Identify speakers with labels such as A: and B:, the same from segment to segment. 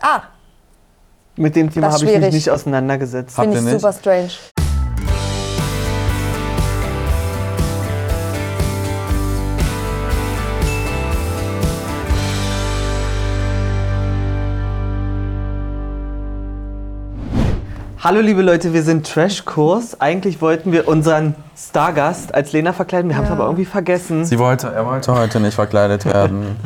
A: Ah,
B: Mit dem Thema
A: Das
B: habe ich mich
A: schwierig.
B: nicht auseinandergesetzt.
A: finde
C: ihr
A: ich
C: nicht?
A: super strange.
B: Hallo liebe Leute, wir sind Trashkurs. Eigentlich wollten wir unseren Stargast als Lena verkleiden, wir haben es aber irgendwie vergessen.
C: Sie wollte, er wollte heute nicht verkleidet werden.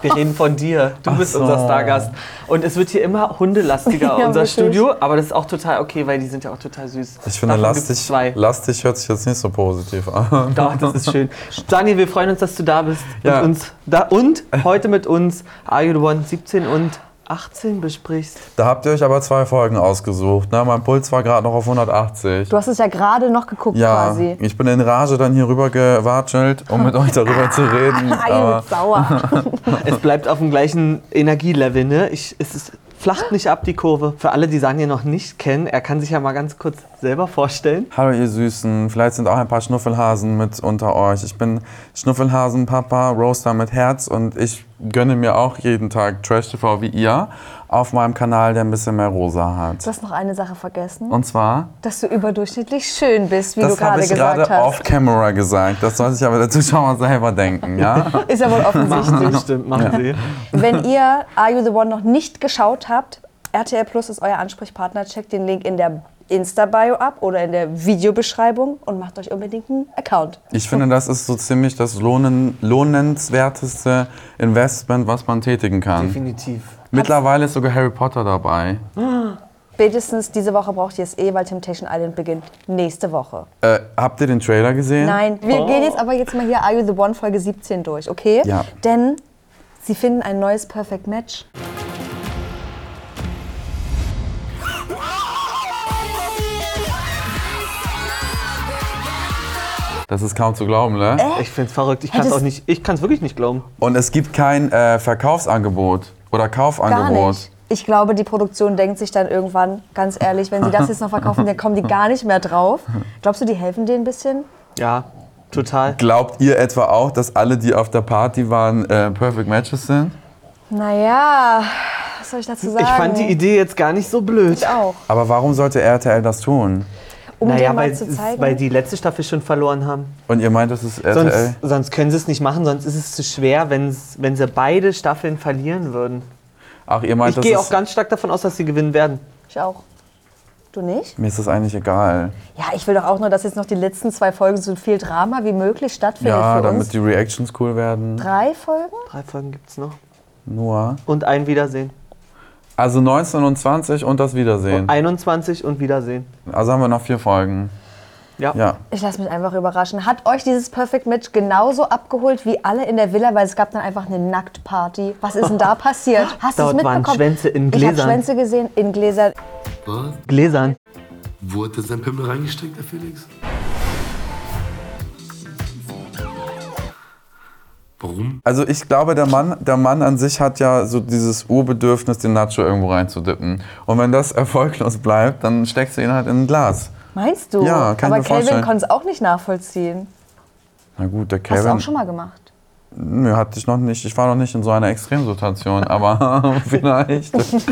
B: Wir reden von dir. Du
C: Ach
B: bist
C: so.
B: unser Stargast. Und es wird hier immer hundelastiger,
A: Ja,
B: unser
A: wirklich.
B: Studio. Aber das ist auch total okay, weil die sind ja auch total süß.
C: Ich finde,
B: Davon gibt's
C: lastig,
B: Zwei.
C: lastig hört sich jetzt nicht so positiv an.
B: Doch, das ist schön. Daniel, wir freuen uns, dass du da bist.
C: Ja.
B: Und, uns, da, und heute mit uns Are You the One 17 und 18 besprichst.
C: Da habt ihr euch aber zwei Folgen ausgesucht. Ne? Mein Puls war gerade noch auf 180.
A: Du hast es ja gerade noch geguckt
C: Ja,
A: quasi.
C: ich bin in Rage dann hier rüber gewatschelt, um mit euch darüber zu reden.
A: Ei,
C: Aber
A: mit sauer.
B: Es bleibt auf dem gleichen Energielevel, ne? Ich, es ist, flacht nicht ab, die Kurve. Für alle, die Sanja noch nicht kennen, er kann sich ja mal ganz kurz selber vorstellen.
C: hallo ihr Süßen, vielleicht sind auch ein paar Schnuffelhasen mit unter euch. Ich bin Schnuffelhasenpapa, Roaster mit Herz und ich gönne mir auch jeden Tag Trash TV wie ihr auf meinem Kanal, der ein bisschen mehr rosa
A: Du
C: hat.
A: hast noch eine Sache vergessen,
C: Und zwar
A: dass du überdurchschnittlich schön bist, wie du
C: Das habe
A: gerade
C: ich gerade
A: gesagt
C: off
A: hast.
C: camera gesagt. Das soll sich aber der Zuschauer selber denken, ja?
A: Ist ja wohl offensichtlich.
B: Stimmt, machen sie.
A: Wenn ihr Are You the One noch nicht geschaut habt, RTL Plus ist euer Ansprechpartner. Checkt den Link in der Insta-Bio ab oder in der Videobeschreibung und macht euch unbedingt einen Account.
C: Ich finde, das ist so ziemlich das lohnen, lohnenswerteste Investment, was man tätigen kann.
B: Definitiv.
C: Mittlerweile ist sogar Harry Potter dabei.
A: Spätestens diese Woche braucht ihr es eh, weil Temptation Island beginnt nächste Woche.
C: Äh, habt ihr den Trailer gesehen?
A: Nein, wir
B: Oh.
A: gehen jetzt aber jetzt mal hier Are You the One Folge 17 durch, okay?
C: Ja.
A: Denn sie finden ein neues Perfect Match.
C: Das ist kaum zu glauben, ne?
B: Ich find's verrückt. Ich kann's
A: Hättest-
B: auch nicht, ich kann's wirklich nicht glauben.
C: Und es gibt kein äh, Verkaufsangebot oder
A: Gar
C: Kaufangebot.
A: nicht. Ich glaube, die Produktion denkt sich dann irgendwann, ganz ehrlich, wenn sie das jetzt noch verkaufen, dann kommen die gar nicht mehr drauf. Glaubst du, die helfen denen ein bisschen?
B: Ja, total.
C: Glaubt ihr etwa auch, dass alle, die auf der Party waren, äh, Perfect Matches sind?
A: Naja, was soll ich dazu sagen?
B: Ich fand die Idee jetzt gar nicht so blöd.
A: auch.
C: Aber warum sollte RTL das tun?
A: Um dir
B: Naja,
A: mal
B: weil,
A: zu zeigen.
B: weil die letzte Staffel schon verloren haben.
C: Und ihr meint, das ist RTL?
B: Sonst, sonst können sie es nicht machen, sonst ist es zu schwer, wenn's, wenn sie beide Staffeln verlieren würden.
C: Ach, ihr meint,
A: Also
B: Ich
C: das
B: gehe
C: ist-
B: auch ganz stark davon aus, dass sie gewinnen werden.
A: ich auch. Du nicht?
C: Mir ist das eigentlich egal.
A: Ja, ich will doch auch nur, dass jetzt noch die letzten zwei Folgen so viel Drama wie möglich stattfindet
C: ja,
A: für
C: damit
A: uns.
C: die Reactions cool werden.
A: Drei Folgen?
B: Drei Folgen gibt's noch.
C: Nur.
B: Und ein Wiedersehen.
C: Also 19 und 20 und das Wiedersehen.
B: 21 und Wiedersehen.
A: Oh.
C: Also haben wir noch vier Folgen.
B: Ja.
C: Ja.
A: Ich lasse mich einfach überraschen. Hat euch dieses Perfect Match genauso abgeholt wie alle in der Villa, weil es gab dann einfach eine Nacktparty. Was ist denn da passiert? Hast du es
B: Dort waren
A: mitbekommen?
B: Schwänze in
A: Ich
B: Gläsern.
A: habe Schwänze gesehen in Gläsern.
D: Was?
B: Gläsern.
D: Wurde sein Pimmel reingesteckt, der Felix? Warum?
C: Also ich glaube, der Mann, der Mann an sich hat ja so dieses Urbedürfnis, den Nacho irgendwo reinzudippen. Und wenn das erfolglos bleibt, dann steckst du ihn halt in ein Glas.
A: Meinst du?
C: Ja, kann ich
A: Aber
C: mir vorstellen.
A: Calvin konnte es auch nicht nachvollziehen.
C: Na gut, der
A: Hast du
C: Kevin.
A: auch schon mal gemacht?
C: Nö, hatte ich noch nicht. Ich war noch nicht in so einer Extremsituation, aber vielleicht.
A: Okay,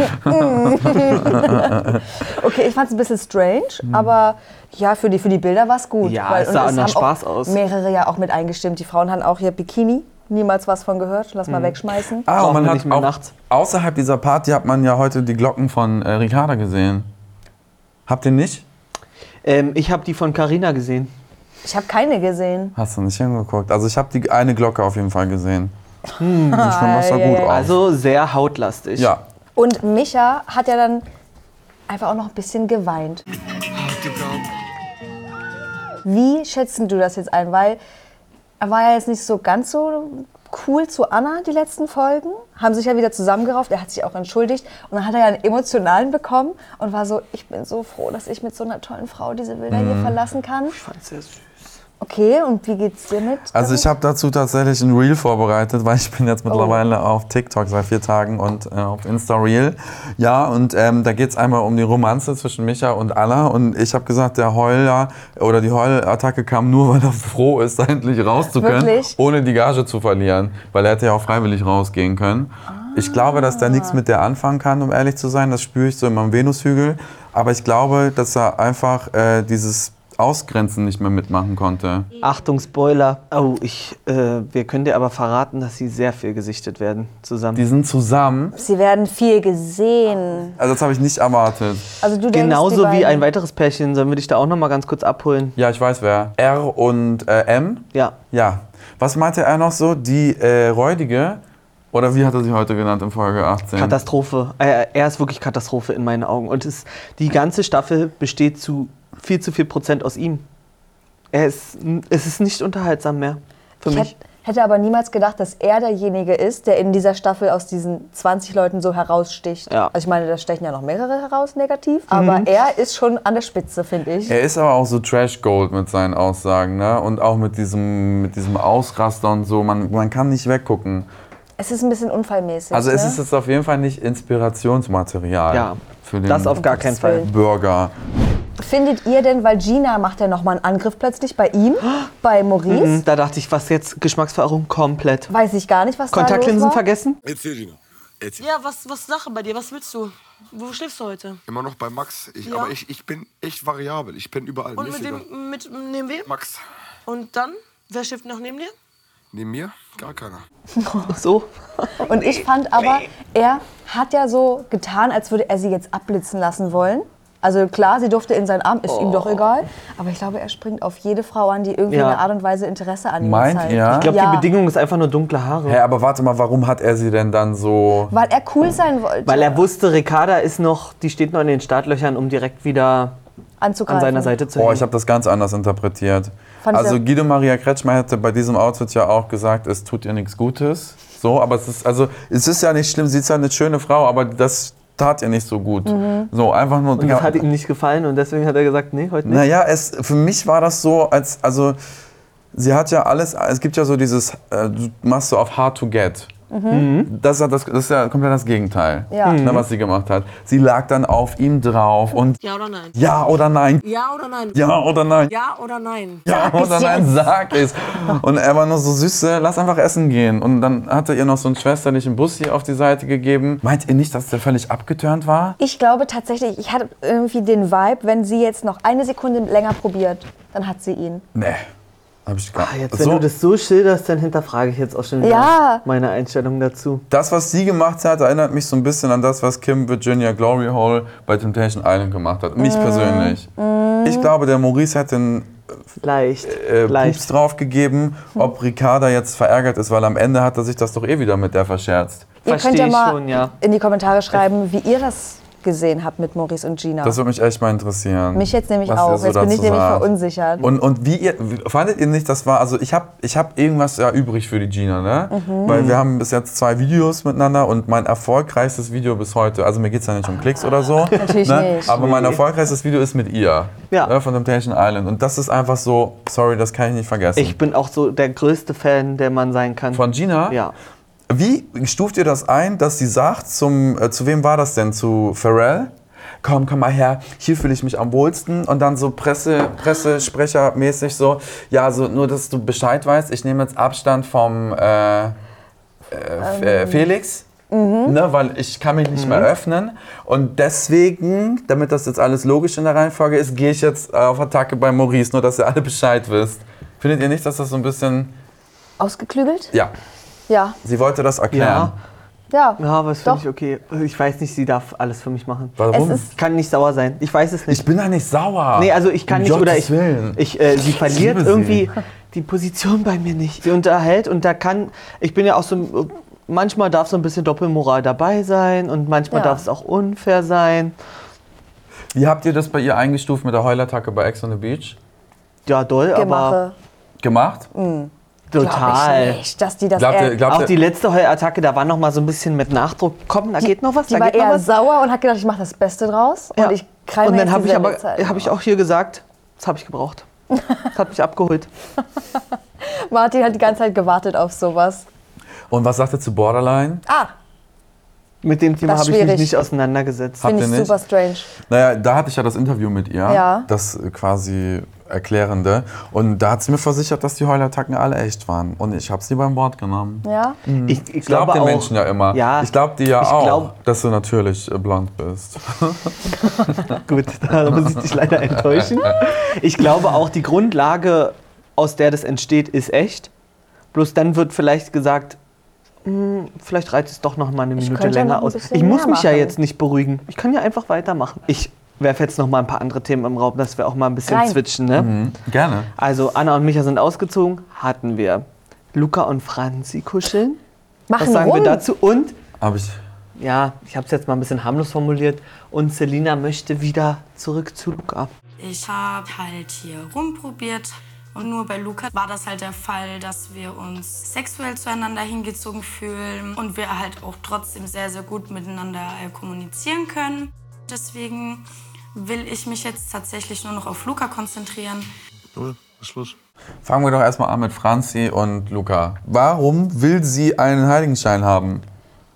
A: ich fand es ein bisschen strange, aber ja, für die, für die Bilder war es gut.
B: Hm. Ja, es
A: und
B: sah nach
A: haben
B: Spaß
A: auch
B: aus.
A: mehrere ja auch mit eingestimmt. Die Frauen hatten auch hier Bikini. Niemals was von gehört. Lass mal
B: Hm.
A: wegschmeißen.
C: Ah,
B: Braucht
C: und man
B: man
C: hat
B: nicht mehr
C: auch,
B: nachts.
C: außerhalb dieser Party hat man ja heute die Glocken von äh, Ricarda gesehen. Habt ihr nicht?
B: Ähm, ich habe die von Carina gesehen.
A: Ich habe keine gesehen.
C: Hast du nicht hingeguckt? Also ich habe die eine Glocke auf jeden Fall gesehen. Hm, ich fand das sah
A: Ei,
C: gut
A: ei, ei.
C: aus.
B: Also sehr hautlastig.
C: ja,
A: Und Micha hat ja dann einfach auch noch ein bisschen geweint. Wie schätzen du das jetzt ein? Weil er war ja jetzt nicht so ganz so cool zu Anna die letzten Folgen, haben sich ja wieder zusammengerauft, er hat sich auch entschuldigt und dann hat er ja einen emotionalen bekommen und war so, ich bin so froh, dass ich mit so einer tollen Frau diese Villa hier verlassen kann.
B: Mhm. Fand's sehr süß.
A: Okay, und wie geht's dir mit?
C: also ich habe dazu tatsächlich ein Reel vorbereitet, weil ich bin jetzt mittlerweile auf TikTok seit vier Tagen und äh, auf Insta Reel. Ja, und ähm, da geht es einmal um die Romanze zwischen Micha und Anna. Und ich habe gesagt, der Heuler oder die Heulattacke kam nur, weil er froh ist, endlich raus zu können,
A: Wirklich?
C: ohne die Gage zu verlieren. Weil er hätte ja auch freiwillig rausgehen können. Ich glaube, dass der nichts mit der anfangen kann, um ehrlich zu sein. Das spüre ich so in meinem Venushügel. Aber ich glaube, dass er einfach äh, dieses Ausgrenzen nicht mehr mitmachen konnte.
B: Achtung, Spoiler. Oh, ich, äh, wir können dir aber verraten, dass sie sehr viel gesichtet werden zusammen.
C: Die sind zusammen.
A: Sie werden viel gesehen.
C: Also das habe ich nicht erwartet.
A: Also du denkst,
B: Genauso
A: die
B: wie
A: beiden-
B: ein weiteres Pärchen. Sollen wir dich da auch nochmal ganz kurz abholen?
C: Ja, ich weiß wer. R und äh, M.
B: Ja.
C: Ja. Was meinte er noch so? Die äh, Räudige? Oder wie hat er sie heute genannt in Folge 18?
B: Katastrophe. Er, er ist wirklich Katastrophe in meinen Augen. Und es, die ganze Staffel besteht zu viel zu viel Prozent aus ihm. Er ist, es ist nicht unterhaltsam mehr für
A: Ich
B: mich.
A: hätte, hätte aber niemals gedacht, dass er derjenige ist, der in dieser Staffel aus diesen 20 Leuten so heraussticht.
B: Ja. Mhm.
A: Also ich meine, da stechen ja noch mehrere heraus negativ, aber er ist schon an der Spitze, finde ich.
B: Äh,
C: Er ist aber auch so Trash Gold mit seinen Aussagen, ne? Und auch mit diesem, mit diesem Ausraster und so. Man, man kann nicht weggucken.
A: Es ist ein bisschen unfallmäßig.
C: Also
A: ne?
C: es ist jetzt auf jeden Fall nicht Inspirationsmaterial.
B: Ja,
C: Für den
B: das auf gar keinen Fall.
C: Burger.
A: Findet ihr denn, weil Gina macht ja nochmal einen Angriff plötzlich bei ihm, bei Maurice?
B: Ah. Mhm, Da dachte ich, was jetzt? Geschmacksverirrung komplett.
A: Weiß ich gar nicht, was da
B: Kontaktlinsen
A: los war.
B: vergessen?
E: Erzähl Gina. Erzähl.
F: Ja, was, was ist Sache bei dir? Was willst du? Wo schläfst du heute?
E: Immer noch bei Max. Ich,
F: Ja.
E: Aber ich, ich bin echt variabel. Ich bin überall.
F: Und
E: Mir
F: mit
E: ist egal.
F: dem, mit, neben wem?
E: Max,
F: Und dann? Wer schläft noch neben dir?
E: neben mir? Gar keiner.
B: So.
A: Und ich fand aber, er hat ja so getan, als würde er sie jetzt abblitzen lassen wollen. Also klar, sie durfte in seinen Arm, ist ihm doch egal. Aber ich glaube, er springt auf jede Frau an, die irgendwie
B: Oh. Ja.
A: in einer Art und Weise Interesse an ihm
C: Meint
A: zeigt.
C: ihr? Ich
B: Ich glaube,
A: ja,
B: die Bedingung ist einfach nur dunkle Haare.
C: Hä, aber warte mal, warum hat er sie denn dann so...
A: Weil er cool sein wollte,
B: Weil er wusste, Ricarda ist noch, die steht noch in den Startlöchern, um direkt wieder
A: anzugreifen.
B: an seiner Seite zu
C: Boah,
B: hängen.
C: ich habe das ganz anders interpretiert.
A: Fand
C: also
A: ich ja-
C: Guido Maria Kretschmer hätte bei diesem Outfit ja auch gesagt, es tut ihr nichts Gutes. So, aber es ist also es ist ja nicht schlimm, sie ist ja eine schöne Frau, aber das tat ihr nicht so gut.
A: Mhm.
C: So einfach nur.
B: Und das hat ihm nicht gefallen und deswegen hat er gesagt, nee, heute nicht.
C: Naja, es, für mich war das so, als, also, sie hat ja alles, es gibt ja so dieses, äh, du machst so auf hard to get.
B: Mhm.
C: Das, hat das, das ist ja komplett das Gegenteil,
A: Mhm. Ja.
C: ne, was sie gemacht hat. Sie lag dann auf ihm drauf und
F: Ja oder nein?
C: ja oder nein,
F: Ja oder nein?
C: ja oder nein,
F: Ja oder nein?
C: ja oder nein, sag es. Und er war nur so süße, lass einfach essen gehen. Und dann hat er ihr noch so einen schwesterlichen Bus hier auf die Seite gegeben. Meint ihr nicht, dass der völlig abgeturnt war?
A: Ich glaube tatsächlich, ich hatte irgendwie den Vibe, wenn sie jetzt noch eine Sekunde länger probiert, dann hat sie ihn.
C: Nee. Hab ich gar
B: Ah, Jetzt, wenn du das so schilderst, dann hinterfrage ich jetzt auch schon wieder
A: Ja.
B: meine Einstellung dazu.
C: Das, was sie gemacht hat, erinnert mich so ein bisschen an das, was Kim Virginia Glory Hall bei Temptation Island gemacht hat.
B: Mm,
C: Mich persönlich. Ich glaube, der Maurice hätte einen
B: Leicht,
C: äh, Pups
B: leicht.
C: draufgegeben, ob Ricarda jetzt verärgert ist, weil am Ende hat er sich das doch eh wieder mit der verscherzt.
A: Ihr könnt
B: Verstehe
A: ja
B: ich
A: mal
B: schon, ja.
A: in die Kommentare schreiben, wie ihr das gesehen habt mit Maurice und Gina.
C: Das würde mich echt mal interessieren.
A: Mich jetzt nämlich
C: was
A: auch.
C: ihr so
A: Jetzt bin ich
C: dazu
A: nämlich
C: sagt.
A: verunsichert.
C: Und, und wie ihr, fandet ihr nicht, das war, also ich habe ich hab irgendwas ja übrig für die Gina, ne?
A: Mhm.
C: Weil wir haben bis jetzt zwei Videos miteinander und mein erfolgreichstes Video bis heute, also mir geht's ja nicht um Klicks oder so.
A: Natürlich
C: ne?
A: nicht.
C: Aber mein erfolgreichstes Video ist mit ihr.
B: Ja.
C: Ne? Von Temptation Island. Und das ist einfach so, sorry, das kann ich nicht vergessen.
B: Ich bin auch so der größte Fan, der man sein kann.
C: Von Gina?
B: ja.
C: Wie stuft ihr das ein, dass sie sagt, zum, äh, zu wem war das denn? Zu Pharrell? Komm, komm mal her, hier fühle ich mich am wohlsten. Und dann so Presse, Pressesprechermäßig so, ja, so nur, dass du Bescheid weißt, ich nehme jetzt Abstand vom äh, äh, F- äh, Felix. Ne, weil ich kann mich nicht mehr öffnen und deswegen, damit das jetzt alles logisch in der Reihenfolge ist, gehe ich jetzt auf Attacke bei Maurice, nur dass ihr alle Bescheid wisst. Findet ihr nicht, dass das so ein bisschen,
A: Ausgeklügelt?
C: ja,
A: Ja.
C: sie wollte das erklären.
B: Ja.
A: Ja.
B: Ja, aber das
A: Doch.
B: finde ich okay. Ich weiß nicht, sie darf alles für mich machen.
C: Warum?
A: Es ist-
B: Ich kann nicht sauer sein. Ich weiß es nicht.
C: ich bin da nicht sauer.
B: Nee, also ich kann
C: Um
B: nicht oder
C: Gottes
B: ich,
C: Willen.
B: ich äh, sie verliert
C: liebe sie.
B: irgendwie die Position bei mir nicht. Sie unterhält und da kann ich bin ja auch so manchmal darf so ein bisschen Doppelmoral dabei sein und manchmal
A: Ja.
B: darf es auch unfair sein.
C: Wie habt ihr das bei ihr eingestuft mit der Heulattacke bei Ex on the Beach?
B: Ja, doll, aber
A: Gemache.
C: Gemacht?
B: Mhm.
A: Glaub ich
B: total.
A: nicht, dass die das
C: Glaubt ihr,
A: eher,
C: glaubt
B: Auch
C: ihr,
B: die letzte Heulattacke, da war noch mal so ein bisschen mit Nachdruck. Komm, da geht noch was,
A: die
B: da
A: war
B: geht noch
A: eher
B: was.
A: sauer und hat gedacht, ich mache das Beste draus.
B: Ja.
A: Und ich kreime
B: Und dann
A: jetzt
B: habe
A: die
B: ich aber
A: Sendezeit.
B: habe ich auch hier gesagt, das habe ich gebraucht. Das hat mich abgeholt.
A: Martin hat die ganze Zeit gewartet auf sowas.
C: und was sagt ihr zu Borderline?
A: Ah,
B: Mit dem Thema
A: Das ist
B: habe ich mich
A: schwierig.
B: nicht auseinandergesetzt.
C: Habt
A: finde
C: ihr
A: ich
C: nicht?
A: super strange.
C: Naja, da hatte ich ja das Interview mit ihr,
A: Ja.
C: das äh, quasi Erklärende. Und da hat sie mir versichert, dass die Heulattacken alle echt waren. Und ich habe sie beim Wort genommen.
A: Ja?
B: Ich, ich,
C: Ich
B: glaube
C: glaube Hm. den
B: auch,
C: Menschen ja immer.
B: Ja,
C: ich glaube dir ja
B: ich
C: auch,
B: glaub-
C: dass du natürlich äh, blond bist.
B: Gut, da muss ich dich leider enttäuschen. Ich glaube auch, die Grundlage, aus der das entsteht, ist echt. Bloß dann wird vielleicht gesagt, "Hm, vielleicht reizt es doch noch mal eine Minute
A: könnte ja
B: länger
A: noch ein
B: aus.
A: bisschen
B: Ich muss
A: mehr
B: mich ja
A: machen.
B: jetzt nicht beruhigen. Ich kann ja einfach weitermachen. Ich werfe jetzt noch mal ein paar andere Themen im Raum, dass wir auch mal ein bisschen
A: Rein.
B: switchen. Ne?
C: Mhm. Gerne.
B: Also Anna und Micha sind ausgezogen, hatten wir. Luca und Franzi kuscheln.
A: Machen
B: Was sagen
A: rum.
B: wir dazu? Und
C: Aber ich.
B: ja, ich habe es jetzt mal ein bisschen harmlos formuliert. Und Selina möchte wieder zurück zu Luca.
G: Ich habe halt hier rumprobiert und nur bei Luca war das halt der Fall, dass wir uns sexuell zueinander hingezogen fühlen und wir halt auch trotzdem sehr, sehr gut miteinander äh, kommunizieren können. Deswegen will ich mich jetzt tatsächlich nur noch auf Luca konzentrieren.
E: Null, ist Schluss.
C: Fangen wir doch erstmal an mit Franzi und Luca. Warum will sie einen Heiligenschein haben?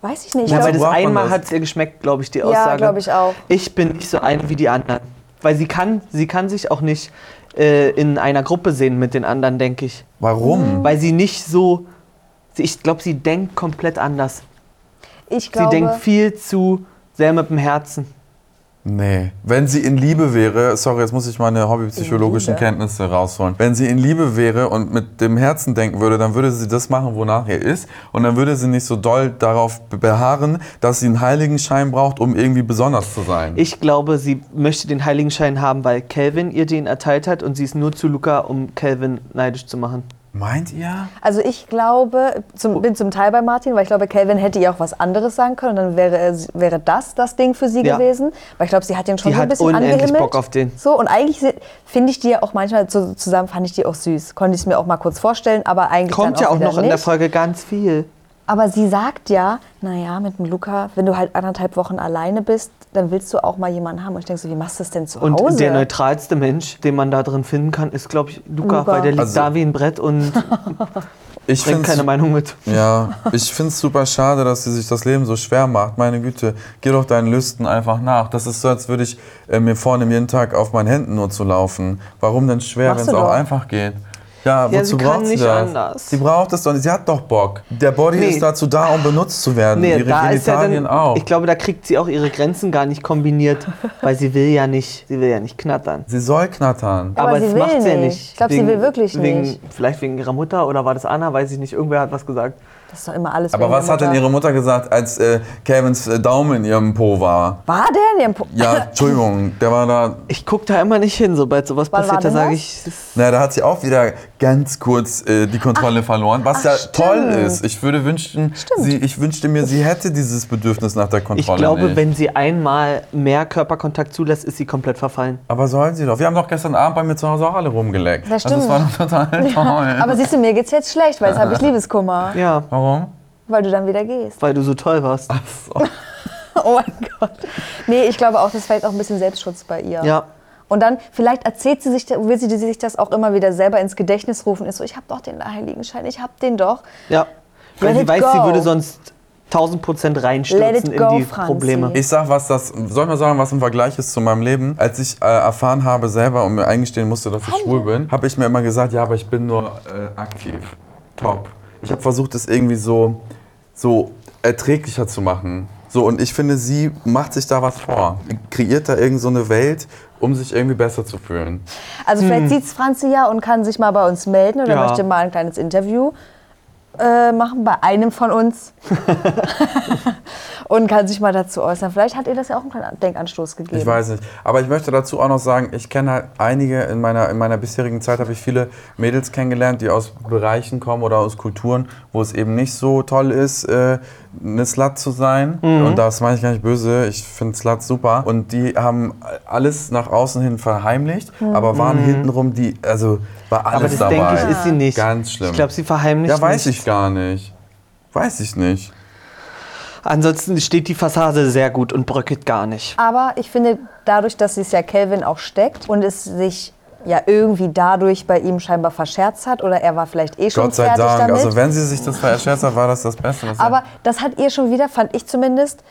A: Weiß ich nicht.
B: Ja,
A: Ich glaub,
B: weil das
C: braucht man
B: einmal
C: das.
B: hat es ihr geschmeckt, glaube ich, die Aussage.
A: glaub ich auch.
B: Ich bin nicht so eine wie die anderen. Weil sie kann, sie kann sich auch nicht äh, in einer Gruppe sehen mit den anderen, denke ich.
C: Warum?
B: Weil sie nicht so. sie- Ich glaube, sie denkt komplett anders.
A: ich
B: sie
A: glaube,
B: denkt viel zu sehr mit dem Herzen.
C: Nee. Wenn sie in Liebe wäre, sorry, jetzt muss ich meine
A: In
C: hobbypsychologischen
A: Liebe?
C: Kenntnisse rausholen. Wenn sie in Liebe wäre und mit dem Herzen denken würde, dann würde sie das machen, wonach ihr ist. Und dann würde sie nicht so doll darauf beharren, dass sie einen Heiligenschein braucht, um irgendwie besonders zu sein.
B: Ich glaube, sie möchte den Heiligenschein haben, weil Calvin ihr den erteilt hat und sie ist nur zu Luca, um Calvin neidisch zu machen.
C: Meint ihr?
A: also ich glaube, zum, bin zum Teil bei Martin, weil ich glaube, Calvin hätte ihr auch was anderes sagen können und dann wäre, es- wäre das das Ding für sie
B: Ja.
A: gewesen. Weil ich glaube, sie hat den schon
B: Die
A: so ein
B: hat
A: bisschen
B: unendlich
A: angehimmelt.
B: Bock auf den.
A: So, und eigentlich se- finde ich die ja auch manchmal so zusammen, fand ich die auch süß. Konnte ich es mir auch mal kurz vorstellen, aber eigentlich dann
B: Kommt ja auch
A: wieder
B: noch in der
A: nicht.
B: Folge ganz viel.
A: Aber sie sagt ja, naja, mit dem Luca, wenn du halt anderthalb Wochen alleine bist, dann willst du auch mal jemanden haben. Und ich denke so, wie machst du das denn zu
B: Und
A: Hause?
B: der neutralste Mensch, den man da drin finden kann, ist, glaube ich, Luca,
A: Luca.
B: weil der liegt
C: Also-
B: da wie ein Brett und
C: Ich
B: bringt
C: find's-
B: keine Meinung mit.
C: Ja, ich finde es super schade, dass sie sich das Leben so schwer macht. Meine Güte, geh doch deinen Lüsten einfach nach. Das ist so, als würde ich äh, mir vornehmen, jeden Tag auf meinen Händen nur zu laufen. Warum denn schwer,
A: Machst
C: wenn es
A: du
C: auch
A: doch.
C: einfach geht? Ja,
B: Ja, sie
C: wozu
B: kann
C: braucht sie
B: nicht
C: das?
B: anders.
C: Sie braucht es doch nicht. Sie hat doch Bock. Der Body
B: Nee.
C: ist dazu da, um benutzt zu werden.
B: Nee,
C: Ihre
B: da ist ja
C: Genitalien
B: dann,
C: auch.
B: ich glaube, da kriegt sie auch ihre Grenzen gar nicht kombiniert, weil sie will ja nicht, sie will ja nicht knattern.
C: sie soll knattern.
A: Aber
B: das
A: sie will
B: macht sie ja
A: nicht.
B: nicht.
A: Ich glaube, sie
B: Wegen-
A: will wirklich
B: wegen,
A: nicht.
B: Vielleicht wegen ihrer Mutter oder war das Anna, weiß ich nicht. Irgendwer hat was gesagt.
A: das ist doch immer alles
C: Aber
A: wegen der
C: was hat denn
A: Mutter.
C: ihre Mutter gesagt, als äh, Calvins äh, Daumen in ihrem Po war?
A: War der in ihrem Po?
C: Ja, Entschuldigung, der war da
B: Ich gucke da immer nicht hin, sobald sowas
A: Wann war
B: passiert, da
A: denn
B: sage
A: das?
B: ich, das ist
C: Na, da hat sie auch wieder ganz kurz äh, die Kontrolle verloren, was
A: ach,
C: ja
A: stimmt.
C: toll ist. Ich würde wünschen, sie, ich wünschte mir, sie hätte dieses Bedürfnis nach der
B: ich
C: Kontrolle.
B: glaube,
C: nicht.
B: wenn sie einmal mehr Körperkontakt zulässt, ist sie komplett verfallen.
C: Aber sollen sie doch. Wir haben doch gestern Abend bei mir zu Hause auch alle rumgeleckt.
A: Das
C: Also, es
A: stimmt.
C: war doch total toll.
A: Aber siehst du, mir geht's jetzt schlecht, weil jetzt habe ich Liebeskummer.
B: Ja,
C: Warum?
A: Weil du dann wieder gehst.
B: weil du so toll warst.
C: Ah.
A: Oh mein Gott. Nee, ich glaube auch, das ist vielleicht auch ein bisschen Selbstschutz bei ihr.
B: Ja.
A: Und dann, vielleicht erzählt sie sich, will sie sich das auch immer wieder selber ins Gedächtnis rufen. Ist so, ich habe doch den Heiligenschein, ich habe den doch.
B: Ja. Weil
A: Let
B: sie
A: it
B: weiß, sie
A: go.
B: würde sonst 1000 Prozent
A: Let
B: reinstürzen
A: it
B: in
A: go,
B: die
A: Franzi.
B: Probleme.
C: Ich sag, was das, soll ich mal sagen, was im Vergleich ist zu meinem Leben? Als ich äh, erfahren habe selber und mir eingestehen musste, dass ich schwul bin, habe ich mir immer gesagt, ja, aber ich bin nur äh, aktiv. Top. Ich habe versucht, es irgendwie so, so erträglicher zu machen. So, und ich finde, sie macht sich da was vor. Kreiert da irgend so eine Welt, um sich irgendwie besser zu fühlen.
A: Also vielleicht sieht's Franzi ja und kann sich mal bei uns melden oder
B: Hm. Ja.
A: möchte mal ein kleines Interview äh, machen bei einem von uns. und kann sich mal dazu äußern. Vielleicht hat ihr das ja auch einen kleinen Denkanstoß gegeben.
C: Ich weiß nicht. Aber ich möchte dazu auch noch sagen, ich kenne halt einige, in meiner, in meiner bisherigen Zeit habe ich viele Mädels kennengelernt, die aus Bereichen kommen oder aus Kulturen, wo es eben nicht so toll ist, äh, eine Slut zu sein.
B: Mhm.
C: Und das meine ich gar nicht böse. Ich finde Slut super. Und die haben alles nach außen hin verheimlicht, aber waren hintenrum die, also war alles
B: Mhm. Aber das
C: dabei.
B: denke ich, ist sie nicht.
C: Ganz schlimm.
B: Ich glaube, sie verheimlicht
C: ja, weiß
B: nicht.
C: ich gar nicht. Weiß ich nicht.
B: Ansonsten steht die Fassade sehr gut und bröckelt gar nicht.
A: Aber ich finde, dadurch, dass sie es ja Calvin auch steckt und es sich ja irgendwie dadurch bei ihm scheinbar verscherzt hat oder er war vielleicht eh schon
C: Gott sei
A: fertig
C: Dank.
A: damit.
C: Also wenn sie sich das verscherzt hat, war das das Beste. Was er-
A: aber das hat ihr schon wieder, fand ich zumindest,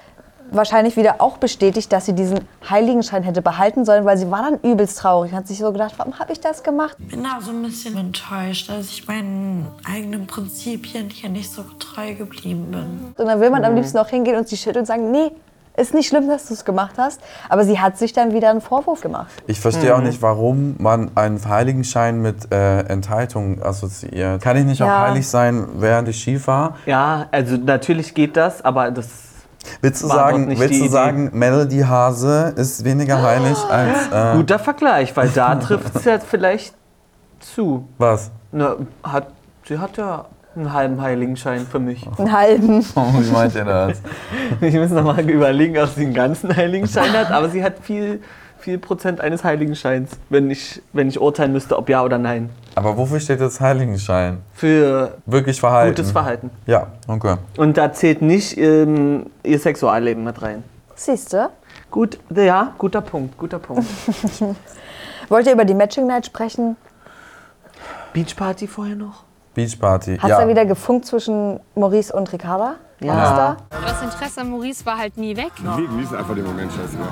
A: wahrscheinlich wieder auch bestätigt, dass sie diesen Heiligenschein hätte behalten sollen, weil sie war dann übelst traurig und hat sich so gedacht, warum habe ich das gemacht?
H: bin da so ein bisschen enttäuscht, dass ich meinen eigenen Prinzipien hier nicht so treu geblieben bin.
A: Und dann will man am
C: Mhm.
A: liebsten auch hingehen und sie schütteln und sagen, nee, ist nicht schlimm, dass du es gemacht hast. Aber sie hat sich dann wieder einen Vorwurf gemacht.
C: Ich verstehe
B: Mhm.
C: auch nicht, warum man einen Heiligenschein mit äh, Enthaltung assoziiert. Kann ich nicht
A: Ja.
C: auch heilig sein, während ich schief war?
B: Ja, also natürlich geht das, aber das.
C: Willst du
B: War doch
C: sagen,
B: nicht
C: willst
B: die
C: du
B: Idee.
C: sagen Melody Hase ist weniger heilig als äh,
B: Guter Vergleich, weil da trifft es ja vielleicht zu.
C: was?
B: Na, hat, sie hat ja einen halben Heiligenschein für mich.
A: Einen halben.
C: Wie meint ihr das?
B: Ich muss nochmal überlegen, ob sie einen ganzen Heiligenschein hat, aber sie hat viel, viel Prozent eines Heiligenscheins, wenn ich, wenn ich urteilen müsste, ob ja oder nein.
C: Aber wofür steht jetzt Heiligenschein?
B: Für
C: Wirklich Verhalten.
B: gutes Verhalten.
C: Ja, okay.
B: Und da zählt nicht ähm, ihr Sexualleben mit rein.
A: Siehst du?
B: Gut, ja, guter Punkt, guter Punkt.
A: Wollt ihr über die Matching Night sprechen?
B: Beachparty vorher noch?
C: Beachparty.
A: Hat es
C: ja.
A: da wieder gefunkt zwischen Maurice und Ricarda?
B: Ja.
I: Das Interesse an Maurice war halt nie weg.
E: Wir genießen einfach den Moment, scheißegal.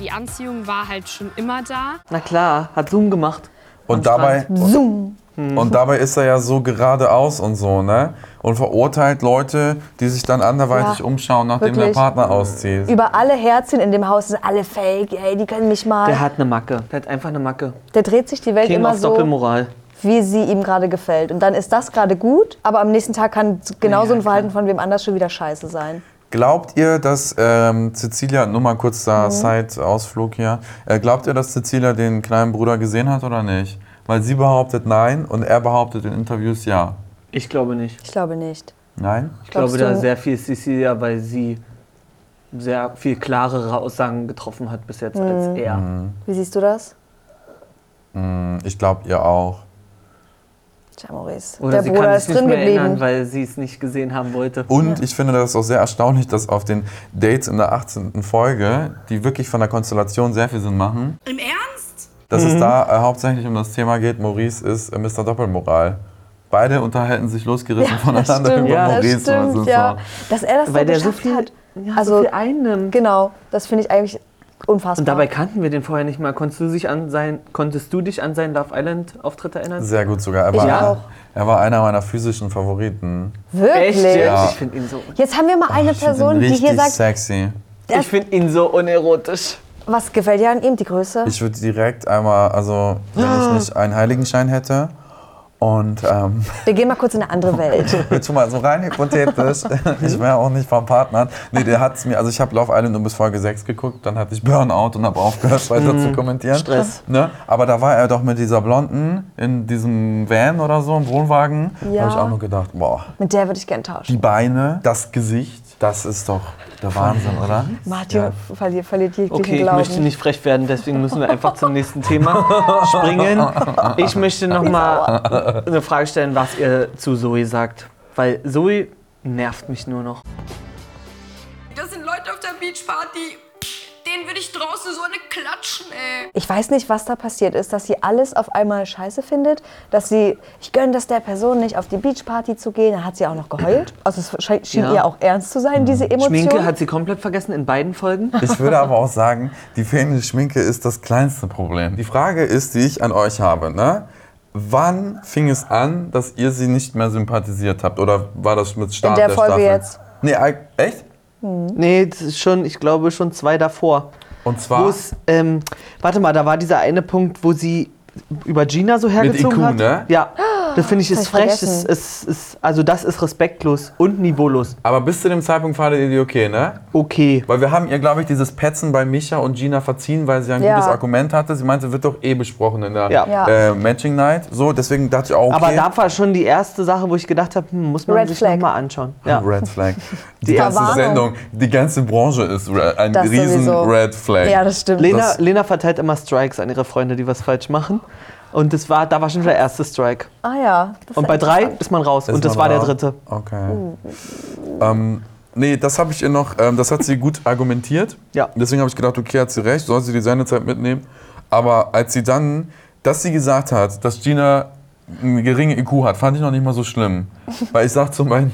I: Die Anziehung war halt schon immer da.
B: Na klar, hat Zoom gemacht. Am
C: und dabei
A: Zoom.
C: und dabei ist er ja so geradeaus und so, ne? Und verurteilt Leute, die sich dann anderweitig
A: Ja,
C: umschauen, nachdem
A: wirklich.
C: der Partner auszieht.
A: Über alle Herzchen in dem Haus sind alle fake, ey, die können mich mal.
B: Der
A: Der,
B: hat eine Macke. Der hat einfach eine Macke.
A: dreht sich die Welt
B: King
A: immer
B: of
A: so,
B: Doppelmoral.
A: wie sie ihm gerade gefällt. Und dann ist das gerade gut, aber am nächsten Tag kann genauso ein Verhalten von wem anders schon wieder scheiße sein.
C: Glaubt ihr, dass ähm, Cecilia, nur mal kurz
A: Mhm.
C: da Side-Ausflug hier, äh, glaubt ihr, dass Cecilia den kleinen Bruder gesehen hat oder nicht? Weil sie behauptet nein und er behauptet in Interviews ja.
B: Ich glaube nicht.
A: Ich glaube nicht.
C: Nein?
B: Ich glaube
A: Glaubst
B: da
A: du-
B: sehr viel Cecilia, weil sie sehr viel klarere Aussagen getroffen hat bis jetzt
A: Mhm.
B: als er.
A: Wie siehst du das?
C: Ich glaube ihr auch.
A: Tja, Maurice.
B: Oder
A: der
B: sie kann
A: Bruder
B: sich
A: ist
B: nicht
A: drin
B: mehr
A: geblieben.
B: erinnern, weil sie es nicht gesehen haben wollte.
C: Und ich finde das auch sehr erstaunlich, dass auf den Dates in der 18. Folge, die wirklich von der Konstellation sehr viel Sinn machen,
G: Im Ernst?
C: dass
A: Mhm.
C: es da äh, hauptsächlich um das Thema geht, Maurice ist äh, Mr. Doppelmoral. Beide unterhalten sich losgerissen voneinander
A: stimmt,
C: über
B: Ja,
A: das
C: Maurice. und
A: stimmt,
C: so.
A: ja. Dass er das
B: Weil
A: so
B: der so
A: geschafft
B: viel,
A: hat.
B: ja,
A: Also-
B: so viel einnimmt.
A: Genau, das finde ich eigentlich unfassbar.
B: Und dabei kannten wir den vorher nicht mal. Konntest du dich an, sein, konntest du dich an seinen Love Island-Auftritt erinnern?
C: Sehr gut sogar. Er
A: Ich
C: war,
A: auch.
C: er war einer meiner physischen Favoriten.
A: Wirklich?
B: Echt?
C: Ja.
B: Ich finde ihn so,
A: Jetzt haben wir mal eine
C: Ich find ihn
A: Person, die
C: richtig
A: hier sagt,
C: sexy.
B: ich find ihn so unerotisch.
A: was gefällt dir an ihm, die Größe?
C: Ich würde direkt einmal, also wenn ich nicht einen Heiligenschein hätte und ähm,
A: Wir gehen mal kurz in eine andere Welt.
C: jetzt schon mal so rein hypothetisch, ich wäre auch nicht vom Partner. Nee, der hat's mir, also ich habe Love Island nur bis Folge 6 geguckt, dann hatte ich Burnout und habe aufgehört
A: Mhm.
C: weiter zu kommentieren.
B: Stress.
C: Ne? Aber da war er doch mit dieser Blonden in diesem Van oder so, im Wohnwagen. Da
A: Ja.
C: habe ich auch nur gedacht, boah,
A: Mit der würde ich gern
C: die
A: tauschen.
C: Beine, das Gesicht, das ist doch der Wahnsinn, oder?
A: Martin
C: Ja.
A: verliert, verliert jeglichen
B: Okay, ich
A: Glauben.
B: möchte nicht frech werden, deswegen müssen wir einfach zum nächsten Thema springen. Ich möchte nochmal eine Frage stellen, was ihr zu Zoe sagt. Weil Zoe nervt mich nur noch.
I: Das sind Leute auf der Beachparty. Den würde ich draußen so eine klatschen, ey.
A: Ich weiß nicht, was da passiert ist, dass sie alles auf einmal scheiße findet, dass sie, ich gönne das der Person nicht, auf die Beachparty zu gehen. Da hat sie auch noch geheult. Also es sche- schien
B: Ja. Mhm.
A: ihr auch ernst zu sein, diese Emotion.
B: Schminke hat sie komplett vergessen in beiden Folgen.
A: Mhm.
C: Ich würde aber auch sagen, die fehlende Schminke ist das kleinste Problem. Die Frage ist, die ich an euch habe, ne? Wann fing es an, dass ihr sie nicht mehr sympathisiert habt? Oder war das mit Start
A: In der Folge
C: Staffel?
A: jetzt.
C: Nee, ei- echt?
B: Nee, das ist schon, ich glaube schon zwei davor.
C: Und
B: Wo
C: zwar
B: es, ähm, warte mal, da war dieser eine Punkt, wo sie über Gina so hergezogen
C: IQ,
B: hat.
C: ne?
B: Ja, das finde ich
A: hab
B: ist
A: ich
B: frech.
A: vergessen.
B: Ist, ist, ist, also das ist respektlos und niveaulos.
C: aber bis zu dem Zeitpunkt fandet ihr die okay, ne?
B: Okay.
C: Weil wir haben ihr, glaube ich, dieses Petzen bei Micha und Gina verziehen, weil sie ein
A: Ja.
C: gutes Argument hatte. Sie meinte, wird doch eh besprochen in der
B: Ja.
A: Ja.
C: äh, Matching Night. So, deswegen dachte ich auch, okay.
B: Aber da war schon die erste Sache, wo ich gedacht habe, hm, muss man
A: Red
B: sich
A: Flag.
B: nochmal anschauen. Ja.
C: Red Flag. Die, ganze
A: Verwarnung.
C: Sendung, die ganze Branche ist re- ein
A: Das
C: riesen
A: sowieso.
C: Red Flag.
A: Ja, das stimmt.
B: Lena,
C: Das-
B: Lena verteilt immer Strikes an ihre Freunde, die was falsch machen. Und das war, da war schon der erste Strike.
A: ah ja. das
B: Und
A: ist
B: bei drei
A: interessant.
B: ist man raus.
C: Ist
B: und das
C: man
B: war der
C: da?
B: dritte.
C: Okay.
A: Uh.
C: Ähm, nee, das habe ich ihr noch, ähm, das hat sie gut argumentiert.
B: Ja.
C: Deswegen habe ich gedacht, okay, hat sie recht, soll sie die Sendezeit mitnehmen. Aber als sie dann, dass sie gesagt hat, dass Gina eine geringe IQ hat, fand ich noch nicht mal so schlimm. Weil ich sag zu meinen,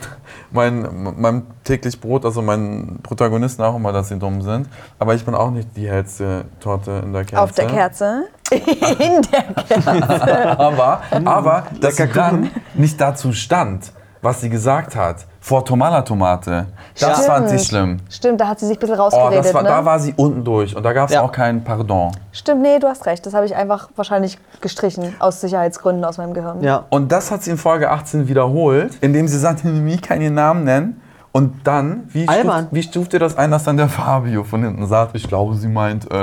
C: meinen, meinem täglich Brot, also meinen Protagonisten auch immer, dass sie dumm sind. Aber ich bin auch nicht die hellste Torte in der Kerze.
A: Auf der Kerze. In der
C: Aber,
A: Hm.
C: aber dass sie dann nicht dazu stand, was sie gesagt hat, vor Tomala-Tomate, das
A: Stimmt.
C: fand ich schlimm.
A: Stimmt, da hat sie sich ein bisschen
C: Oh,
A: rausgeredet.
C: das war,
A: ne?
C: da war sie unten durch und da gab es
B: Ja.
C: auch kein Pardon.
A: Stimmt, nee, du hast recht. Das habe ich einfach wahrscheinlich gestrichen. Aus Sicherheitsgründen aus meinem Gehirn.
B: Ja.
C: Und das hat sie in Folge 18 wiederholt, indem sie sagt, Mimi kann ihren Namen nennen. Und dann, wie
B: Albern.
C: stuft, wie stuft ihr das ein, dass dann der Fabio von hinten sagt, ich glaube, sie meint. Äh,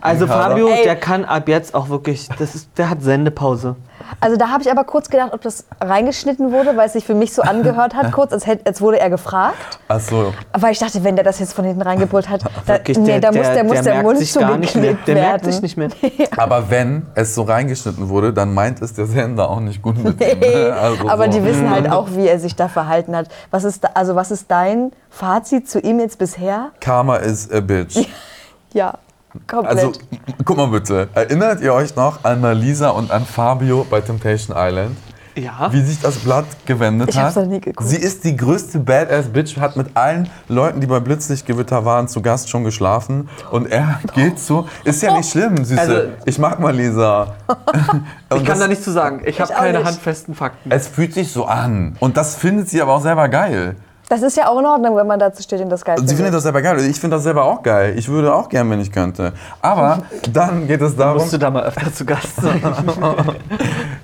B: Also
C: Ricarda.
B: Fabio,
A: Ey.
B: der kann ab jetzt auch wirklich, das ist, der hat Sendepause.
A: Also da habe ich aber kurz gedacht, ob das reingeschnitten wurde, weil es sich für mich so angehört hat, kurz, als, hätte, als wurde er gefragt.
C: Ach so.
A: Aber ich dachte, wenn der das jetzt von hinten reingebrüllt hat, da,
B: Wirklich,
A: Äh, nee, da muss der, muss der,
B: merkt
A: Mund
B: sich gar nicht mehr.
A: zugeklebt
B: Der
A: werden.
B: merkt sich nicht mehr.
C: Aber wenn es so reingeschnitten wurde, dann meint es der Sender auch nicht gut mit ihm.
A: Ey,
C: ne? Also
A: aber
C: so.
A: die wissen halt
B: mhm.
A: auch, wie er sich da verhalten hat. Was ist, da, also was ist dein Fazit zu ihm jetzt bisher?
C: Karma is a bitch.
A: Ja, komplett.
C: Also, guck mal bitte. Erinnert ihr euch noch an Lisa und an Fabio bei Temptation Island?
B: Ja.
C: Wie sich das Blatt gewendet
A: Ich
C: hat.
A: hab's noch nie geguckt.
C: Sie ist die größte Badass-Bitch, hat mit allen Leuten, die bei Blitzlichtgewitter waren, zu Gast schon geschlafen. Und er geht zu. Ist ja nicht schlimm, Süße.
B: Also-
C: ich mag mal Lisa.
B: Ich kann da nichts zu sagen. Ich habe
A: auch
B: keine
A: nicht.
B: handfesten Fakten.
C: Es fühlt sich so an. Und das findet sie aber auch selber geil.
A: das ist ja auch in Ordnung, wenn man dazu steht und das
B: Also
A: geil
C: Sie findet das selber geil. Ich finde das selber auch geil. Ich würde auch gern, wenn ich könnte. Aber dann geht es darum.
B: Musst du da mal öfter zu Gast sein.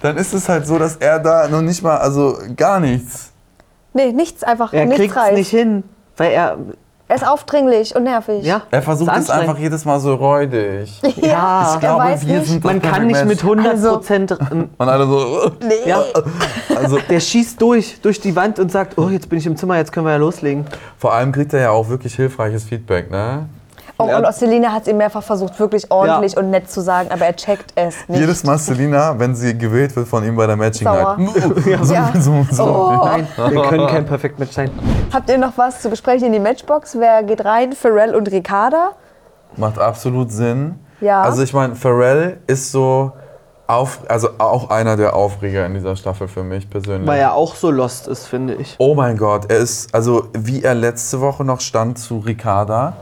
C: dann ist es halt so, dass er da noch nicht mal, also gar nichts.
A: Nee, nichts, einfach
B: Er
A: nichts
B: kriegt
A: reicht.
B: es nicht hin, weil er,
A: Er ist aufdringlich und nervig.
B: ja.
C: Er versucht
B: ist
C: es einfach
B: anstrengend.
C: jedes Mal so räudig. Ich
B: Ja,
A: Er weiß nicht.
C: sind das
B: man kann
C: perfekte
B: nicht mit
C: Match.
B: 100
A: Also-
B: Prozent.
C: Und alle so.
A: Nee.
B: ja.
C: Also
B: Der schießt durch, durch die Wand und sagt, oh, jetzt bin ich im Zimmer, jetzt können wir ja loslegen.
C: vor allem kriegt er ja auch wirklich hilfreiches Feedback, ne?
A: Auch, und auch Selina hat es ihm mehrfach versucht, wirklich ordentlich und nett zu sagen, aber er checkt es nicht.
C: Jedes Mal Selina, wenn sie gewählt wird von ihm bei der Matching
A: Sauer.
C: Night. So,
A: Ja.
C: so, so.
B: Nein, wir können kein Perfect Match sein.
A: Habt ihr noch was zu besprechen in die Matchbox? Wer geht rein? Pharrell und Ricarda?
C: Macht absolut Sinn.
A: Ja.
C: Also ich meine, Pharrell ist so auf, also auch einer der Aufreger in dieser Staffel für mich persönlich.
B: Weil er auch so lost ist, finde ich.
C: Oh mein Gott, er ist, also wie er letzte Woche noch stand zu Ricarda,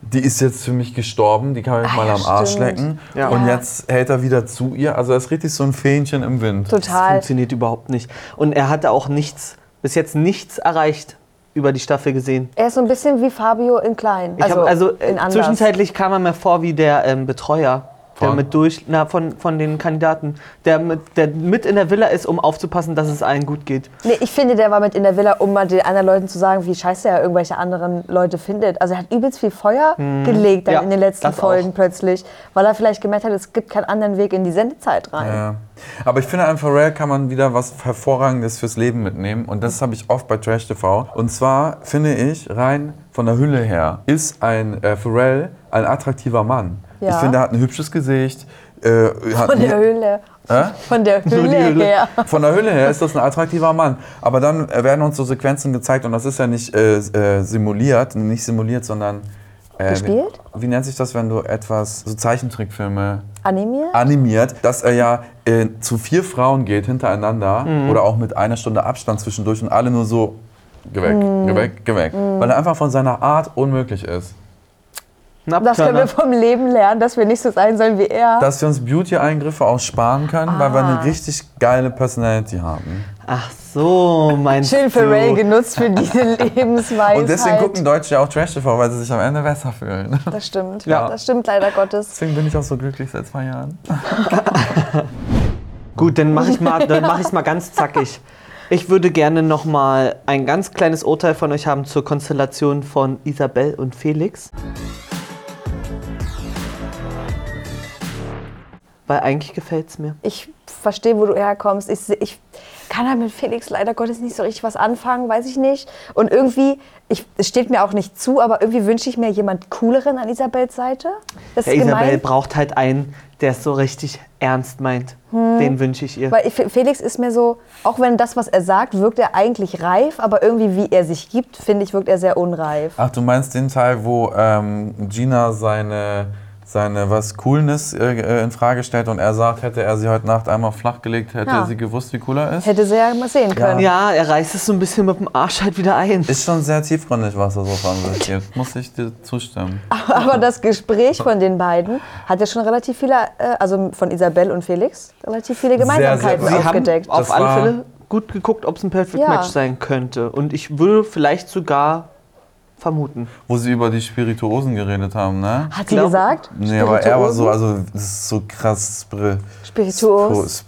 C: die ist jetzt für mich gestorben, die kann mich
A: Ah,
C: mal
A: ja,
C: am Arsch
A: stimmt.
C: lecken.
B: Ja.
C: Und
A: Ja.
C: jetzt hält er wieder zu ihr. Also er ist richtig so ein Fähnchen im Wind.
B: Das
A: Total.
B: funktioniert überhaupt nicht. Und er hatte auch nichts, bis jetzt nichts erreicht über die Staffel gesehen.
A: Er ist so ein bisschen wie Fabio in klein.
B: Ich also, hab, also äh,
A: in anders.
B: zwischenzeitlich kam er mir vor wie der ähm, Betreuer. Der
C: Von?
B: mit durch, na, von, von den Kandidaten, der mit, der mit in der Villa ist, um aufzupassen, dass es allen gut geht.
A: Nee, ich finde, der war mit in der Villa, um mal den anderen Leuten zu sagen, wie scheiße er irgendwelche anderen Leute findet. Also er hat übelst viel Feuer gelegt dann
B: Mhm. Ja,
A: in den letzten
B: das auch.
A: Folgen plötzlich, weil er vielleicht gemerkt hat, es gibt keinen anderen Weg in die Sendezeit rein.
C: Ja. Aber ich finde, an Pharrell kann man wieder was Hervorragendes fürs Leben mitnehmen. Und das habe ich oft bei Trash TV. Und zwar finde ich, rein von der Hülle her, ist ein äh, Pharrell ein attraktiver Mann.
A: Ja.
C: Ich finde, er hat ein hübsches Gesicht. Äh, hat
A: Von
C: ein-
A: der Höhle.
C: Hä?
A: Von der Höhle,
B: Höhle.
A: her.
C: Von der Hülle her ist das ein attraktiver Mann. Aber dann äh, werden uns so Sequenzen gezeigt und das ist ja nicht äh, äh, simuliert, nicht simuliert, sondern. äh,
A: Gespielt?
C: Wie, wie nennt sich das, wenn du etwas, so Zeichentrickfilme
A: Animiert?
C: animiert, dass er ja äh, zu vier Frauen geht hintereinander oder auch mit einer Stunde Abstand zwischendurch und alle nur so, geh weg,
A: Mhm.
C: geh weg, geh weg. Weil er einfach von seiner Art unmöglich ist.
B: Ein
A: Das können
B: Abturner.
A: wir vom Leben lernen, dass wir nicht so sein sollen wie er.
C: Dass wir uns Beauty-Eingriffe auch sparen können, weil wir
A: Ah.
C: eine richtig geile Personality haben.
B: Ach so, mein
A: Chill für Ray genutzt für diese Lebensweisheit.
C: Und deswegen gucken Deutsche ja auch Trash-TV, weil sie sich am Ende besser fühlen.
A: Das stimmt.
B: Ja.
A: Das stimmt leider Gottes.
C: Deswegen bin ich auch so glücklich seit zwei Jahren.
B: Gut, dann mache ich mal, dann mache ich mal ganz zackig. Ich würde gerne noch mal ein ganz kleines Urteil von euch haben zur Konstellation von Isabel und Felix. Weil eigentlich gefällt es mir.
A: Ich verstehe, wo du herkommst. Ich, se- ich kann halt mit Felix leider Gottes nicht so richtig was anfangen, weiß ich nicht. Und irgendwie, ich, es steht mir auch nicht zu, aber irgendwie wünsche ich mir jemand Cooleren an Isabels Seite. Das
B: Der
A: ist
B: Isabel
A: gemein.
B: braucht halt einen, der es so richtig ernst meint. Den wünsche ich ihr.
A: Hm. Weil ich- Felix ist mir so, auch wenn das, was er sagt, wirkt er eigentlich reif, aber irgendwie, wie er sich gibt, finde ich, wirkt er sehr unreif.
C: Ach, du meinst den Teil, wo ähm, Gina seine seine was Coolness äh, äh, in Frage stellt und er sagt, hätte er sie heute Nacht einmal flachgelegt, hätte
A: Ja.
C: sie gewusst, wie cool er ist.
A: Hätte sie ja mal sehen können.
B: Ja, er reißt es so ein bisschen mit dem Arsch halt wieder ein.
C: Ist schon sehr tiefgründig, was er so von sich gibt. Muss ich dir zustimmen.
A: Aber das Gespräch von den beiden hat ja schon relativ viele, äh, also von Isabel und Felix, relativ viele Gemeinsamkeiten
C: sehr- Sie haben
A: aufgedeckt.
B: auf
C: Das war-
B: alle Fälle gut geguckt, ob es ein Perfect
A: Ja.
B: Match sein könnte. Und ich würde vielleicht sogar vermuten.
C: Wo sie über die Spirituosen geredet haben, ne?
A: hat sie
B: glaub-
A: gesagt?
C: Nee, aber er war so,
A: Spirituosen?
C: also das ist so krass spri
A: Spirituos.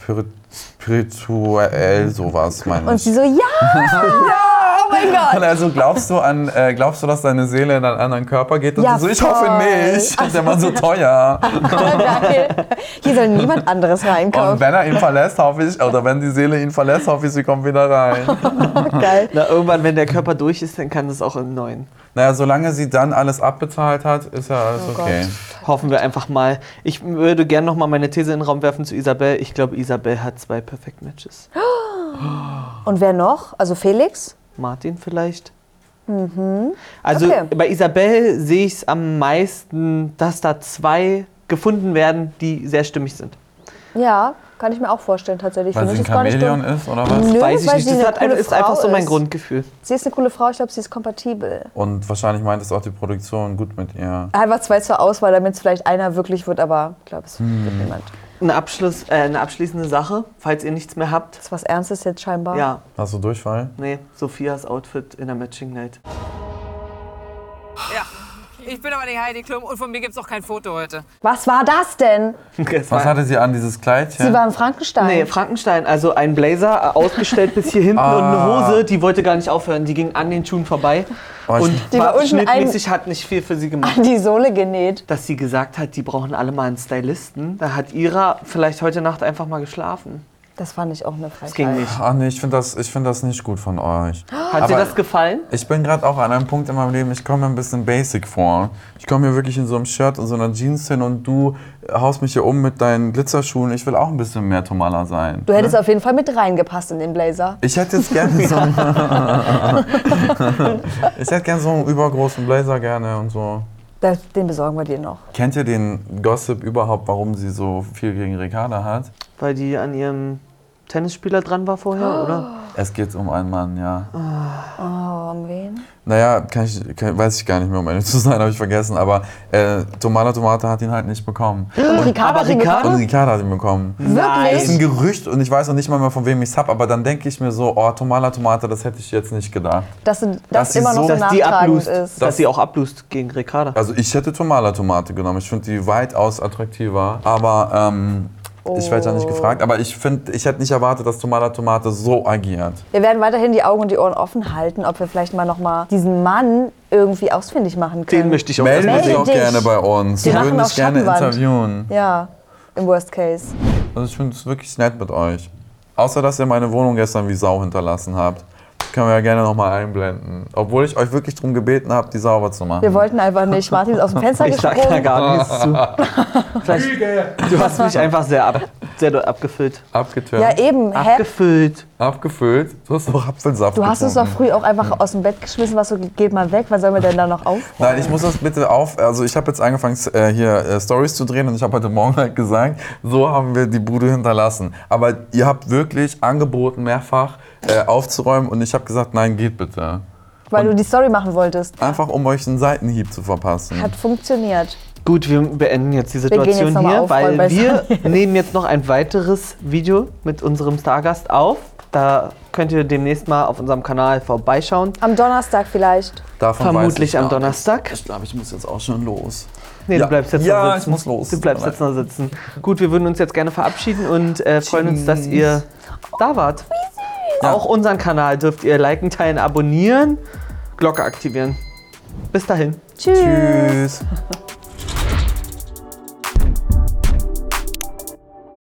C: spri spirituell sowas, meine
A: Und
C: ich.
A: sie so, ja! ja! Oh mein Gott!
C: Und also glaubst du an, äh, glaubst du, dass deine Seele in einen anderen Körper geht? Und
A: Ja,
C: sie so, ich hoffe
A: voll.
C: nicht. Und der Mann so teuer.
A: Geil. Hier soll niemand anderes
C: Und
A: reinkommen.
C: wenn er ihn verlässt, hoffe ich, oder wenn die Seele ihn verlässt, hoffe ich, sie kommt wieder rein.
A: Geil.
B: Na, irgendwann, wenn der Körper durch ist, dann kann das auch im Neuen.
C: Naja, solange sie dann alles abbezahlt hat, ist ja alles
A: Oh
C: okay.
B: Hoffen wir einfach mal. Ich würde gerne noch mal meine These in den Raum werfen zu Isabel. Ich glaube, Isabel hat zwei Perfect Matches.
A: Und wer noch? Also Felix?
B: Martin vielleicht. Also
A: Mhm. Okay.
B: bei Isabel sehe ich es am meisten, dass da zwei gefunden werden, die sehr stimmig sind.
A: Ja, kann ich mir auch vorstellen tatsächlich.
C: Weil
A: Finde
C: sie ein
A: ich jetzt gar nicht
C: Chamäleon
A: dumm.
C: ist, oder was?
A: Nö,
B: Weiß ich
A: weil
B: nicht.
A: sie
B: Das
A: eine
B: hat ein,
A: coole
B: ist einfach
A: Frau
B: so mein
A: ist.
B: Grundgefühl.
A: Sie ist eine coole Frau, ich glaube, sie ist kompatibel.
C: Und wahrscheinlich meint es auch die Produktion gut mit ihr.
A: Einfach zwei zur Auswahl, damit es vielleicht einer wirklich wird, aber ich glaube, es
C: Hm.
A: wird niemand.
B: Eine, Abschluss, äh, eine abschließende Sache, falls ihr nichts mehr habt.
A: Das ist was Ernstes jetzt scheinbar.
B: Ja,
C: Hast du Durchfall?
B: nee, Sophias Outfit in der Matching Night.
J: Ich bin aber nicht Heidi Klum und von mir gibt's auch kein Foto heute.
A: Was war das denn?
B: Es war-
C: Was hatte sie an, dieses Kleidchen?
A: Sie war im Frankenstein.
B: Nee, Frankenstein, also ein Blazer äh, ausgestellt bis hier hinten und eine Hose, die wollte gar nicht aufhören, die ging an den Schuhen vorbei
C: Ah. Oh, ich-
B: und
A: Die war unten ein-
B: schnittmäßig hat nicht viel für sie gemacht.
A: An die Sohle genäht.
B: Dass sie gesagt hat, die brauchen alle mal einen Stylisten, da hat Ira vielleicht heute Nacht einfach mal geschlafen.
A: Das fand ich auch eine Frechheit.
B: Das ging nicht.
C: Ach nee, ich finde das, ich find das nicht gut von euch.
B: Hat dir das gefallen?
C: Ich bin gerade auch an einem Punkt in meinem Leben, ich komme mir ein bisschen basic vor. Ich komme mir wirklich in so einem Shirt und so einer Jeans hin und du haust mich hier um mit deinen Glitzerschuhen. Ich will auch ein bisschen mehr Tomala sein.
A: Du hättest auf jeden Fall mit reingepasst in den Blazer.
C: Ich hätte jetzt gerne so einen, ich hätte gerne so einen übergroßen Blazer gerne und so.
A: Das, den besorgen wir dir noch.
C: Kennt ihr den Gossip überhaupt, warum sie so viel gegen Ricarda hat?
B: Weil die an ihrem Tennisspieler dran war vorher, oder?
C: Es geht um einen Mann, ja.
A: Oh, um wen?
C: Naja, kann ich, kann, weiß ich gar nicht mehr, um ehrlich zu sein, habe ich vergessen. Aber äh, Tomala Tomate hat ihn halt nicht bekommen.
A: Ricardo
B: aber
A: hat ihn
B: Ricardo-
C: Und
A: bekommen?
C: Ricarda hat ihn bekommen.
B: Oh,
C: Das ist
A: Wirklich?
C: ein Gerücht und ich weiß noch nicht mal mehr, von wem ich es habe, aber dann denke ich mir so, oh, Tomala Tomate, das hätte ich jetzt nicht gedacht.
A: Dass, das
C: Dass
A: das
C: sie
A: immer noch
C: so-
A: so,
C: dass
B: Die
A: nachtragend
B: ablust,
A: ist.
B: dass sie auch ablust gegen Ricarda.
C: Also ich hätte Tomala Tomate genommen. Ich finde die weitaus attraktiver, aber ähm, ich werde
A: Oh.
C: ja nicht gefragt. Aber ich finde, ich hätte nicht erwartet, dass Tomala Tomate so agiert.
A: Wir werden weiterhin die Augen und die Ohren offen halten, ob wir vielleicht mal nochmal diesen Mann irgendwie ausfindig machen können.
B: Den möchte ich auch
C: Melden
A: melde
C: Sie auch
A: dich.
C: gerne bei uns. Wir
A: machen
C: würden
A: auch
C: dich gerne
A: Schattenwand.
C: interviewen.
A: Ja, im Worst Case.
C: Also ich finde es wirklich nett mit euch. Außer, dass ihr meine Wohnung gestern wie Sau hinterlassen habt. Können wir ja gerne nochmal einblenden. Obwohl ich euch wirklich darum gebeten habe, die sauber zu machen.
A: Wir wollten einfach nicht. Martin ist aus dem Fenster
B: Ich sag da
A: gesprungen.
B: gar nichts zu. Vielleicht, du hast mich einfach sehr, ab, sehr doll abgefüllt.
C: Abgetürmt.
A: Ja,
B: Hm,
A: eben. Hä?
B: Abgefüllt.
C: Abgefüllt. Du hast doch Apfelsaft
A: Du hast uns doch
C: getrunken.
A: früh auch einfach aus dem Bett geschmissen, was so, geht mal weg, was sollen wir denn da noch auf?
C: Nein, ich muss das bitte auf. Also ich habe jetzt angefangen äh, hier äh, Stories zu drehen und ich habe heute Morgen halt gesagt, so haben wir die Bude hinterlassen. Aber ihr habt wirklich angeboten mehrfach äh, aufzuräumen und ich habe gesagt, nein, geht bitte.
A: Weil du die Story machen wolltest.
C: Einfach um euch einen Seitenhieb zu verpassen.
A: Hat funktioniert.
B: Gut, wir beenden jetzt die
A: gehen jetzt
B: Situation
A: noch mal
B: hier,
A: aufräumen bei
B: weil wir
A: Sunny.
B: nehmen jetzt noch ein weiteres Video mit unserem Stargast auf. Da könnt ihr demnächst mal auf unserem Kanal vorbeischauen.
A: Am Donnerstag vielleicht.
C: Davon
B: Vermutlich am
C: noch nichts.
B: Donnerstag.
C: Ich glaube, ich muss jetzt auch schon los.
B: Nee,
C: Ja.
B: du bleibst jetzt
C: Ja,
B: noch sitzen.
C: ich muss los.
B: Du bleibst jetzt noch sitzen. Gut, wir würden uns jetzt gerne verabschieden und äh, freuen uns, dass ihr da wart. Auch unseren Kanal dürft ihr liken, teilen, abonnieren, Glocke aktivieren. Bis dahin.
A: Tschüss.
C: Tschüss.